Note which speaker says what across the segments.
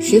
Speaker 1: 十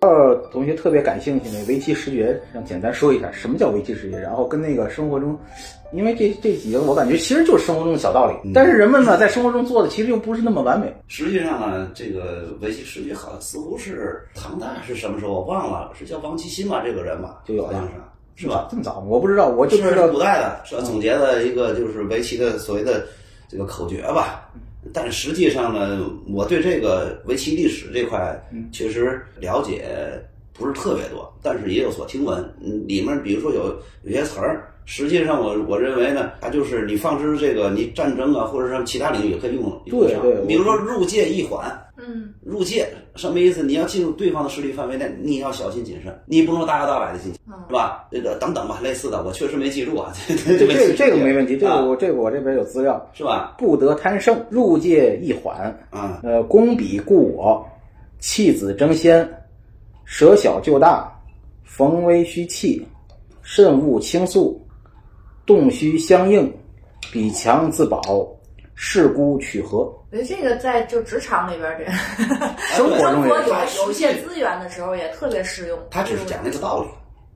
Speaker 2: 呃，同学特别感兴趣那围棋十诀，让简单说一下什么叫围棋十诀，然后跟那个生活中，因为这这几个我感觉其实就是生活中的小道理，
Speaker 3: 嗯
Speaker 2: 但是人们呢在生活中做的其实又不是那么完美。
Speaker 3: 实际上呢，这个围棋十诀好像似乎是唐代是什么时候我忘了，是叫王其新吧？这个人吧，
Speaker 2: 就有
Speaker 3: 好
Speaker 2: 了
Speaker 3: 像是是吧？
Speaker 2: 这么早我不知道，我就知
Speaker 3: 是
Speaker 2: 道
Speaker 3: 古代的，是吧总结的一个就是围棋的所谓的这个口诀吧。
Speaker 2: 嗯
Speaker 3: 但实际上呢，我对这个围棋历史这块
Speaker 2: 嗯
Speaker 3: 确实了解不是特别多，但是也有所听闻。嗯里面比如说有有些词儿，实际上我我认为呢，它就是你放之这个你战争啊，或者是其他领域也可以用用上
Speaker 2: 对对。
Speaker 3: 比如说入界一缓，
Speaker 4: 嗯，
Speaker 3: 入界什么意思？你要进入对方的势力范围内，你要小心谨慎，你不能大摇大摆的进去，
Speaker 4: 嗯
Speaker 3: 是吧？这个等等吧，类似的，我确实没记住啊。
Speaker 2: 这这
Speaker 3: 这
Speaker 2: 个这个没问题，这个
Speaker 3: 啊
Speaker 2: 我这个我这边有资料，
Speaker 3: 是吧？
Speaker 2: 不得贪胜，入界一缓，
Speaker 4: 哎
Speaker 3: 啊，
Speaker 2: 呃，攻彼固我，弃子争先，舍小就大，逢危须弃，慎勿轻速，动须相应，比强自保，势孤取和。
Speaker 4: 我觉得这个在就职场里边儿这个
Speaker 2: 生活
Speaker 4: 生
Speaker 2: 中
Speaker 4: 活
Speaker 2: 也
Speaker 4: 有
Speaker 2: 是，
Speaker 4: 有一些资源的时候也特别适用。
Speaker 3: 他只是讲那个道理，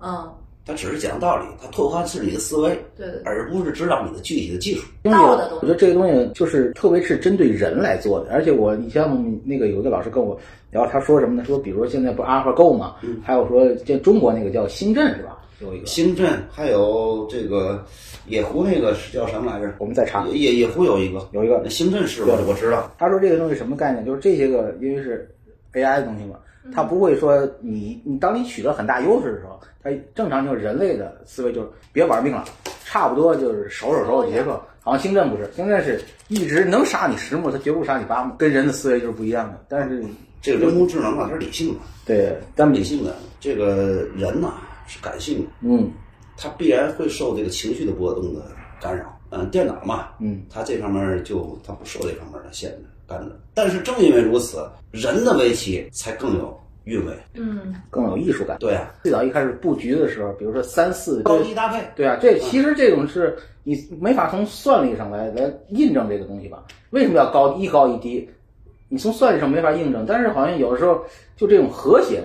Speaker 4: 嗯，
Speaker 3: 他只是讲道理，他拓宽是你的思维，
Speaker 4: 对对对，
Speaker 3: 而不是指导你的具体的技术。
Speaker 2: 因为
Speaker 4: 道
Speaker 2: 我
Speaker 4: 的东
Speaker 2: 我觉
Speaker 4: 西
Speaker 2: 得这个东西就是特别是针对人来做的，而且我你像那个有一个老师跟我聊，他说什么呢？说比如现在不 AlphaGo 嘛，
Speaker 3: 嗯
Speaker 2: 还有说这中国那个叫星阵是吧？有一个
Speaker 3: 星阵还有这个野狐那个是叫什么来着？
Speaker 2: 我们再查
Speaker 3: 野野野狐有一个，
Speaker 2: 有一个
Speaker 3: 那星阵是我我知道，
Speaker 2: 他说这个东西什么概念？就是这些个因为是 AI 的东西嘛，它不会说你你当你取得很大优势的时候，它正常就是人类的思维就是别玩命了，差不多就是守守守守结克。好像星阵不是，星阵是一直能杀你十目，它绝不杀你八目，跟人的思维就是不一样的。但是
Speaker 3: 这个人工智能啊，它是理性的，
Speaker 2: 对，但
Speaker 3: 理
Speaker 2: 比
Speaker 3: 性的这个人呐、是感性的，
Speaker 2: 嗯
Speaker 3: 他必然会受这个情绪的波动的干扰。嗯，电脑嘛，
Speaker 2: 嗯，
Speaker 3: 它这方面就它不受这方面的限制干扰。但是正因为如此，人的围棋才更有韵味。
Speaker 4: 嗯，
Speaker 2: 更有艺术感。
Speaker 3: 对啊，
Speaker 2: 最早一开始布局的时候，比如说三四
Speaker 3: 高低搭配，
Speaker 2: 对啊，这其实这种是你没法从算力上来来印证这个东西吧？为什么要高一高一低？你从算力上没法印证，但是好像有的时候就这种和谐，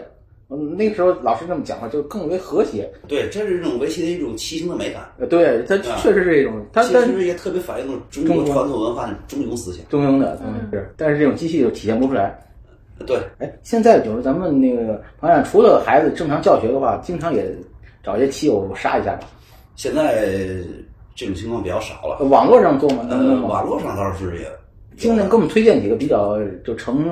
Speaker 2: 嗯，那个时候老师这么讲话，就更为和谐。
Speaker 3: 对，这是一种围棋的一种棋形的美感。
Speaker 2: 呃，对，它
Speaker 3: 啊
Speaker 2: 确实是一种，它
Speaker 3: 其
Speaker 2: 但
Speaker 3: 实也特别反映了中国
Speaker 2: 中国
Speaker 3: 传统文化的中庸思想。
Speaker 2: 中庸的，
Speaker 4: 嗯
Speaker 2: 是，但是这种机器就体现不出来。
Speaker 3: 对，
Speaker 2: 哎，现在比如咱们那个好像除了孩子正常教学的话，经常也找一些棋友杀一下吧。呃
Speaker 3: 现在这种情况比较少了。
Speaker 2: 网络上做吗？能不啊
Speaker 3: 呃
Speaker 2: 能，吗？
Speaker 3: 网络上倒是也啊
Speaker 2: 经常给我们推荐嗯几个比较就成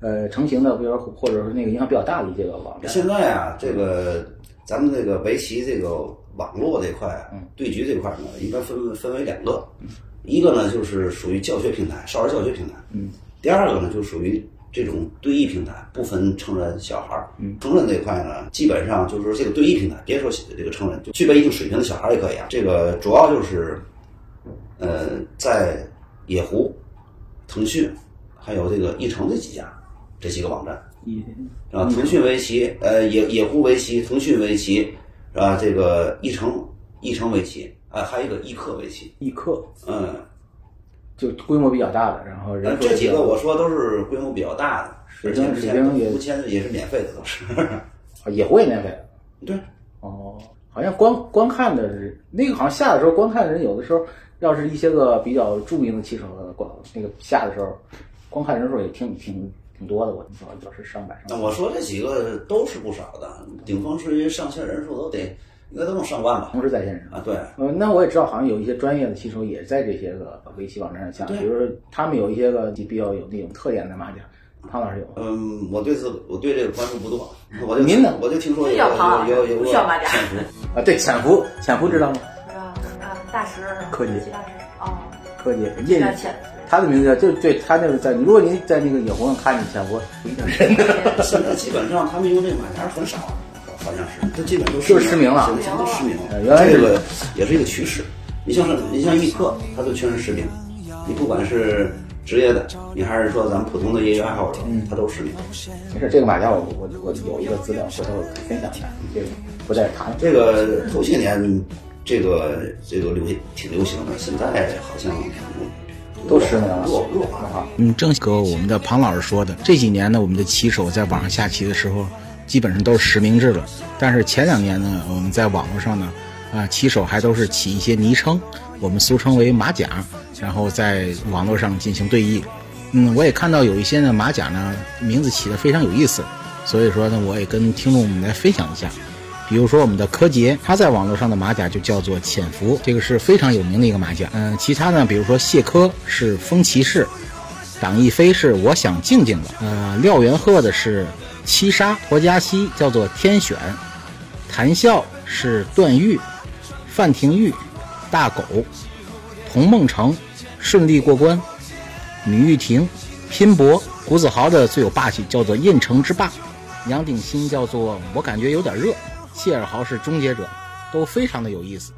Speaker 2: 呃成型的，比如说或者是那个影响比较大的嗯这个网站。
Speaker 3: 现在啊，这个咱们这个围棋这个网络这块
Speaker 2: 嗯
Speaker 3: 啊，对局这块呢，一般分分为两个，一个呢就是属于教学平台，少儿教学平台，
Speaker 2: 嗯，
Speaker 3: 第二个呢就属于这种对弈平台，不分成人小孩儿，嗯，成人这块呢，基本上就是说这个对弈平台，别说这个成人，就具备一定水平的小孩儿也可以啊。这个主要就是，呃，在野狐、腾讯，还有这个易成这几家这几个网站。
Speaker 2: 一
Speaker 3: 啊，腾讯围棋，呃，野野狐围棋，腾讯围棋，啊，这个一城一城围棋，啊，还有一个易客围棋，
Speaker 2: 一课
Speaker 3: 嗯，
Speaker 2: 就规模比较大的，然后人
Speaker 3: 呃
Speaker 2: 数
Speaker 3: 这几
Speaker 2: 也比
Speaker 3: 个
Speaker 2: 较
Speaker 3: 我说都是规模比较大的，
Speaker 2: 水
Speaker 3: 而且
Speaker 2: 晶
Speaker 3: 之
Speaker 2: 水晶
Speaker 3: 前
Speaker 2: 也
Speaker 3: 不签也是免费的都是，
Speaker 2: 啊也会免费。
Speaker 3: 对，
Speaker 2: 哦，好像观观看的人那个好像下的时候观看的人有的时候，要是一些个比较著名的棋手观那个下的时候，观看人数也挺挺挺多的，我听说就是上百
Speaker 3: 那
Speaker 2: 上百。
Speaker 3: 我说这几个都是不少的，顶峰至于上线人数都得应该都能上万吧，
Speaker 2: 同时在线上。
Speaker 3: 啊，对，
Speaker 2: 呃，那我也知道，好像有一些专业的棋手也在这些个围棋网站上下，
Speaker 3: 对
Speaker 2: 比如说他们有一些个比较有那种特点的麻将，汤老师有吗。
Speaker 3: 嗯，我对这我对这个关注不多，我就
Speaker 2: 您呢
Speaker 3: 我就听说有
Speaker 4: 这叫行
Speaker 3: 有有有有
Speaker 4: 不
Speaker 3: 个
Speaker 4: 需要麻将
Speaker 3: 潜伏，
Speaker 2: 啊，对，潜伏，潜伏知道吗？
Speaker 4: 啊啊，大石是吧
Speaker 2: 科技
Speaker 4: 齐大石哦，
Speaker 2: 柯洁，印
Speaker 4: 那潜
Speaker 2: 他的名字叫，就对他那个在，如果您在那个野狐上看见潜伏，不一定是
Speaker 4: 伏，
Speaker 3: 现在基本上他们用这个马甲很少，好像是，都基本都
Speaker 5: 就是失明了
Speaker 3: 现在都失明
Speaker 5: 呃原来是
Speaker 3: 这个也是一个趋势。你像是你像预科，它就全是失明，你不管是职业的，你还是说咱们普通的业余爱好者，
Speaker 5: 嗯
Speaker 3: 他都失明。
Speaker 5: 没事，这个马甲我我我有一个资料，回头分享一下，这个不再谈了。
Speaker 3: 这个头些年，这个这个流行挺流行的，现在好像
Speaker 5: 都失明
Speaker 2: 啊
Speaker 5: 了
Speaker 3: 弱弱化哈。
Speaker 2: 嗯，正和我们的庞老师说的，这几年呢，我们的棋手在网上下棋的时候，基本上都是实名制了。但是前两年呢，我们在网络上呢，啊，棋手还都是起一些昵称，我们俗称为马甲，然后在网络上进行对弈。嗯，我也看到有一些呢马甲呢名字起的非常有意思，所以说呢，我也跟听众们来分享一下。比如说我们的柯洁，他在网络上的马甲就叫做潜伏，这个是非常有名的一个马甲。嗯，其他呢，比如说谢柯是风骑士，党亦飞是我想静静的，呃，廖元鹤的是七杀，托加西叫做天选，谭笑是段誉，范廷钰，大狗，童梦成顺利过关，米玉婷，拼搏，谷子豪的最有霸气，叫做印城之霸，杨鼎新叫做我感觉有点热，谢尔豪是终结者，都非常的有意思。